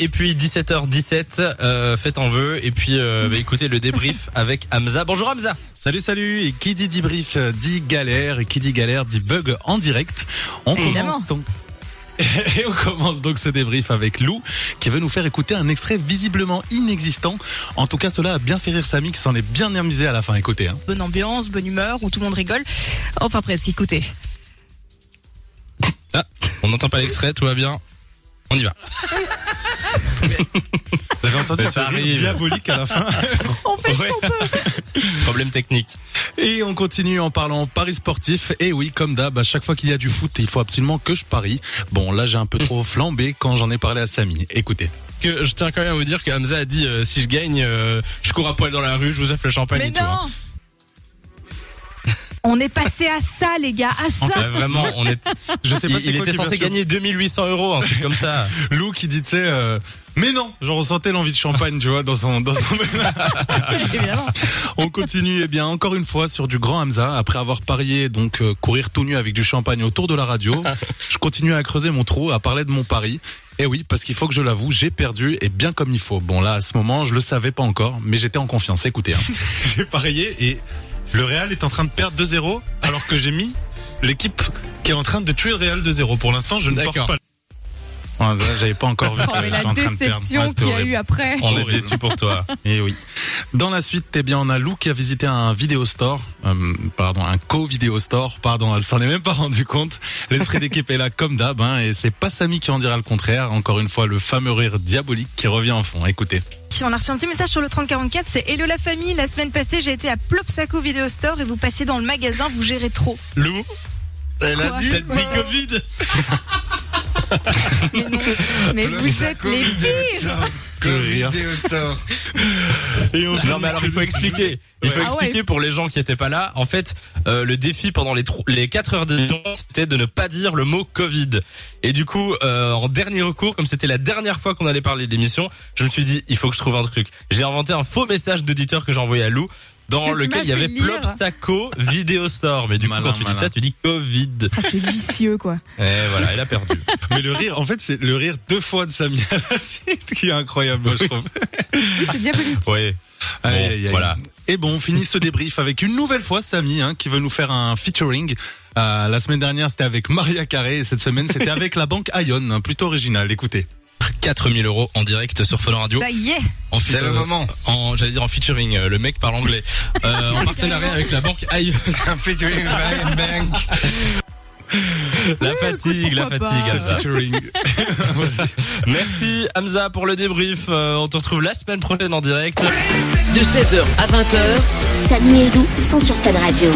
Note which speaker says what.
Speaker 1: Et puis 17h17, euh, faites en vœu et puis euh, bah, écoutez le débrief avec Hamza. Bonjour Hamza.
Speaker 2: Salut, salut Et qui dit débrief euh, dit galère, et qui dit galère dit bug en direct. On
Speaker 3: Évidemment.
Speaker 2: commence donc... Et on commence donc ce débrief avec Lou, qui veut nous faire écouter un extrait visiblement inexistant. En tout cas, cela a bien fait rire Samy, qui s'en est bien amusé à la fin. Écoutez, hein.
Speaker 3: bonne ambiance, bonne humeur, où tout le monde rigole. Enfin presque, écoutez.
Speaker 1: On n'entend pas l'extrait, tout va bien. On y va.
Speaker 2: Vous avez entendu
Speaker 1: Mais
Speaker 2: ça
Speaker 1: ça
Speaker 2: rire
Speaker 1: arrive.
Speaker 2: diabolique à la fin.
Speaker 3: On fait
Speaker 1: Ouais. Problème technique.
Speaker 2: Et on continue en parlant paris sportif. Et oui, comme d'hab, à chaque fois qu'il y a du foot, il faut absolument que je parie. Bon, là, j'ai un peu trop flambé quand j'en ai parlé à Samy. Écoutez.
Speaker 1: Que je tiens quand même à vous dire que Hamza a dit euh, si je gagne, euh, je cours à poil dans la rue, je vous offre le champagne
Speaker 3: Mais
Speaker 1: et tout. hein.
Speaker 3: non On est passé à ça les gars, à ça
Speaker 1: Ouais, vraiment, on est.
Speaker 2: Je sais pas c'est
Speaker 1: il il
Speaker 2: quoi
Speaker 1: était
Speaker 2: qui
Speaker 1: censé
Speaker 2: perturbe.
Speaker 1: gagner 2800 euros, un truc comme ça.
Speaker 2: Lou qui dit, tu sais, euh, mais non, j'en ressentais l'envie de champagne, tu vois, dans son, dans son...
Speaker 3: Évidemment. Oh,
Speaker 2: On continue, eh bien, encore une fois sur du grand Hamza, après avoir parié, donc, euh, courir tout nu avec du champagne autour de la radio, je continue à creuser mon trou, à parler de mon pari. Et oui, parce qu'il faut que je l'avoue, j'ai perdu, et bien comme il faut. Bon, là, à ce moment, je le savais pas encore, mais j'étais en confiance, écoutez, hein. j'ai parié et le Real est en train de perdre 2-0, alors que j'ai mis l'équipe qui est en train de tuer le Real 2-0. Pour l'instant, je ne porte
Speaker 1: D'accord.
Speaker 2: pas Ah, Ouais, là, J'avais pas encore vu.
Speaker 3: Oh, mais
Speaker 2: euh, j'étais
Speaker 3: la
Speaker 2: en train de perdre.
Speaker 3: déception
Speaker 2: Ouais, c'était
Speaker 3: qu'il y a
Speaker 2: horrible.
Speaker 3: eu après.
Speaker 1: On est
Speaker 2: Horrible.
Speaker 1: déçu pour toi.
Speaker 2: Et Eh oui. Dans la suite, eh bien, on a Lou qui a visité un vidéo store, euh, pardon, un co-vidéo store, pardon, elle s'en est même pas rendue compte. L'esprit d'équipe est là comme d'hab, hein, et c'est pas Samy qui en dira le contraire. Encore une fois, le fameux rire diabolique qui revient en fond. Écoutez.
Speaker 3: On a reçu un petit message sur le 3044, c'est Hello la famille, la semaine passée j'ai été à Plopsaco Video Store et vous passiez dans le magasin, vous gérez trop.
Speaker 1: Lou, elle
Speaker 3: a Quoi dit-
Speaker 1: T'as le petit Covid.
Speaker 3: Mais non, mais vous êtes les pires
Speaker 2: Rire.
Speaker 1: Non mais alors il faut expliquer. Il faut
Speaker 3: Ah ouais.
Speaker 1: expliquer pour les gens qui étaient pas là. En fait, euh, le défi pendant les tro- les 4 heures d'émission, c'était de ne pas dire le mot Covid. Et du coup, euh, en dernier recours, comme c'était la dernière fois qu'on allait parler de l'émission, je me suis dit il faut que je trouve un truc. J'ai inventé un faux message d'auditeur que j'ai envoyé à Lou dans
Speaker 3: Tu
Speaker 1: lequel
Speaker 3: m'as
Speaker 1: il y avait
Speaker 3: fait lire.
Speaker 1: Plopsaco Video Store. Mais du coup,
Speaker 2: Malin,
Speaker 1: quand tu dis
Speaker 2: malin.
Speaker 1: ça, tu dis Covid.
Speaker 3: Ah, C'est vicieux quoi.
Speaker 1: Et voilà, elle a perdu.
Speaker 2: Mais le rire, en fait, c'est le rire deux fois de Samy à la suite qui est incroyable, je trouve.
Speaker 3: C'est diabolique.
Speaker 1: Ouais. Bon,
Speaker 2: Aïe, aïe, aïe.
Speaker 1: Voilà.
Speaker 2: Et bon, on finit ce débrief avec une nouvelle fois Samy hein, qui veut nous faire un featuring. Euh, la semaine dernière, c'était avec Maria Carré et cette semaine, c'était avec la banque Ion, hein, plutôt original. Écoutez.
Speaker 1: 4000 euros en direct sur Fun Radio.
Speaker 3: Ça y est
Speaker 1: En
Speaker 4: C'est
Speaker 1: euh,
Speaker 4: le moment.
Speaker 1: en j'allais dire en featuring euh, le mec parle anglais Euh, en partenariat avec la banque Aïe
Speaker 4: Un featuring Ryan Bank.
Speaker 1: la fatigue la
Speaker 3: pourquoi
Speaker 1: fatigue
Speaker 3: pas.
Speaker 1: Hamza.
Speaker 2: Featuring.
Speaker 1: merci Hamza pour le débrief Euh, on te retrouve la semaine prochaine en direct
Speaker 5: de 16h à 20h.
Speaker 6: Samy et Lou sont sur Fan Radio.